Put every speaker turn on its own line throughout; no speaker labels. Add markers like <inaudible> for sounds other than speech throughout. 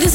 this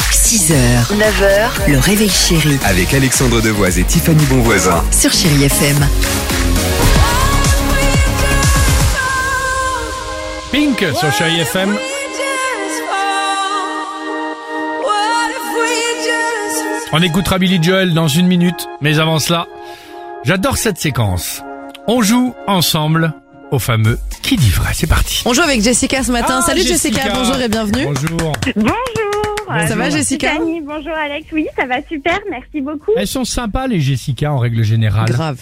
6h, 9h, le réveil chéri
avec Alexandre Devoise et Tiffany Bonvoisin.
sur Chérie FM.
Pink sur Chérie FM. On écoutera Billy Joel dans une minute, mais avant cela, j'adore cette séquence. On joue ensemble au fameux qui dit vrai. C'est parti.
On joue avec Jessica ce matin.
Ah,
Salut Jessica. bonjour et bienvenue.
Bonjour.
Bonjour.
Ça va, Jessica
Tiffany, bonjour Alex. Oui, ça va super, merci beaucoup.
Elles sont sympas les Jessica en règle générale.
Grave.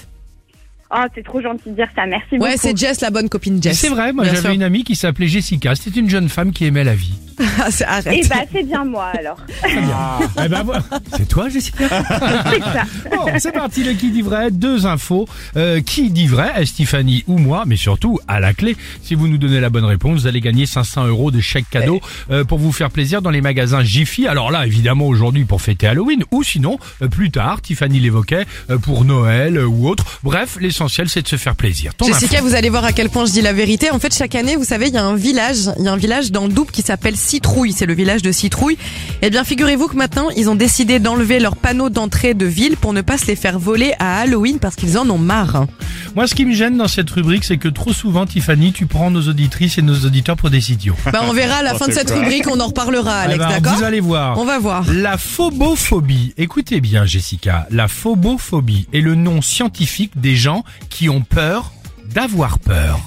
Oh, c'est trop gentil de dire ça, merci
Ouais,
beaucoup.
c'est Jess, la bonne copine
Mais
Jess.
C'est vrai, moi
Bien sûr.
j'avais une amie qui s'appelait Jessica. C'était une jeune femme qui aimait la vie.
<laughs> Ah, c'est-
Eh
ben,
Arrête.
bah, c'est bien moi alors.
Eh ben, voilà. <laughs> c'est toi Jessica
C'est ça.
Bon, c'est parti le qui dit vrai, deux infos. Euh, qui dit vrai, est Stéphanie ou moi, mais surtout à la clé. Si vous nous donnez la bonne réponse, vous allez gagner 500 euros de chèque cadeau euh, pour vous faire plaisir dans les magasins Jiffy. Alors là, évidemment, aujourd'hui pour fêter Halloween, ou sinon euh, plus tard, Tiffany l'évoquait, euh, pour Noël euh, ou autre. Bref, l'essentiel c'est de se faire plaisir. Ton
Jessica,
info.
vous allez voir à quel point je dis la vérité. En fait, chaque année, vous savez, il y a un village, il y a un village dans le Doubs qui s'appelle Citrouille. C'est le village de Citrouille. Eh bien, figurez-vous que maintenant, ils ont décidé d'enlever leurs panneaux d'entrée de ville pour ne pas se les faire voler à Halloween parce qu'ils en
<laughs>
ont marre.
Moi, ce qui me gêne dans cette rubrique, c'est que trop souvent, Tiffany, tu prends nos auditrices et nos auditeurs pour des idiots.
Bah, on verra à la fin de cette rubrique, on en reparlera,
Oh, Eh
Alex,
ben,
d'accord
vous allez voir.
On va voir.
La phobophobie, écoutez bien Jessica, la phobophobie est le nom scientifique des gens qui ont peur d'avoir
<laughs>
peur.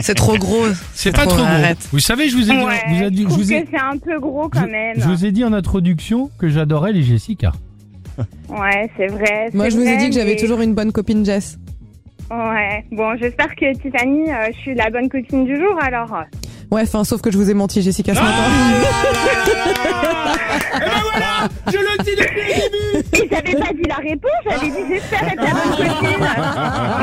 C'est trop gros.
<laughs> C'est pas
trop,
trop gros.
arrête.
Vous savez, je <laughs> vous ai,
Ouais,
dit, vous ai dit-
je trouve
je vous ai-
que c'est un peu gros quand
je-
même.
je vous ai dit en introduction que j'adorais les Jessica.
Ouais, c'est vrai.
Moi,
c'est
je vous ai
vrai,
dit que j'avais
mais-
toujours une bonne copine Jess.
Ouais. Bon, j'espère que Tiffany, euh, je suis la bonne copine du jour
<laughs>
alors.
Ouais, enfin, sauf que je vous ai menti, Jessica, ce
Ah
matin.
Je le dis
Si j'avais pas dit la réponse, j'avais dit j'espère être la
<laughs>
bonne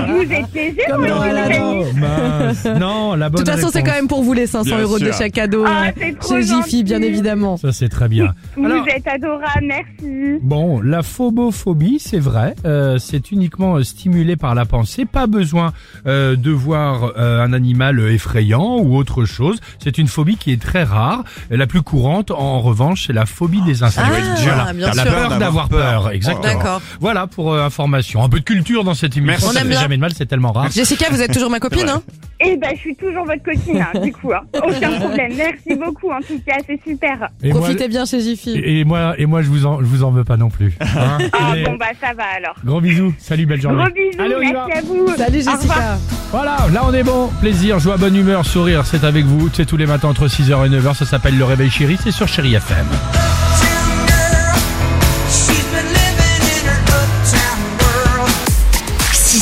copine. je vous ai piégé,
Comme
moi,
dans
Tiffany.
Aladdin.
Oh, Non, la
De
bonne
toute façon, c'est
réponse.
quand même pour vous les 500
Bien
euros de
sûr.
chaque cadeau
Ah,
euh,
c'est trop
chez Jiffy,
gentil.
bien évidemment.
Ça, c'est très bien.
Vous
Alors-
êtes adorable, merci.
Bon, la phobophobie, c'est vrai, euh, c'est uniquement euh, stimulé par la pensée. Pas besoin euh, de voir euh, un animal effrayant ou autre chose. C'est une phobie qui est très rare. La plus courante, en revanche, c'est la phobie des insectes.
doit être dur. Ah, bien
la
sûr.
peur d'avoir peur, exactement.
D'accord.
Voilà pour euh, information. Un peu de culture dans cette émission.
Merci.
Ça
On aime
fait
bien.
jamais de mal, c'est tellement rare.
Jessica, vous êtes toujours ma copine, hein
Eh ben, je suis toujours votre copine, hein, du coup. hein. Aucun problème. Merci beaucoup, en tout cas, c'est super.
Et moi,
Profitez bien chez Jiffy.
et et moi, et moi, je vous en, je vous en veux pas non plus. Hein
Ah,
Mais-
bon, bah, ça va alors.
Gros bisous, salut, belle journée.
Gros bisous,
Allez, on y va.
merci à vous.
Salut
Au revoir.
Jessica.
Voilà, là on est bon. Plaisir, joie, bonne humeur, sourire, c'est avec vous. C'est tous les matins entre 6h et 9h. Ça s'appelle Le Réveil Chéri. C'est sur Chéri FM.
She's been living in her uptown world.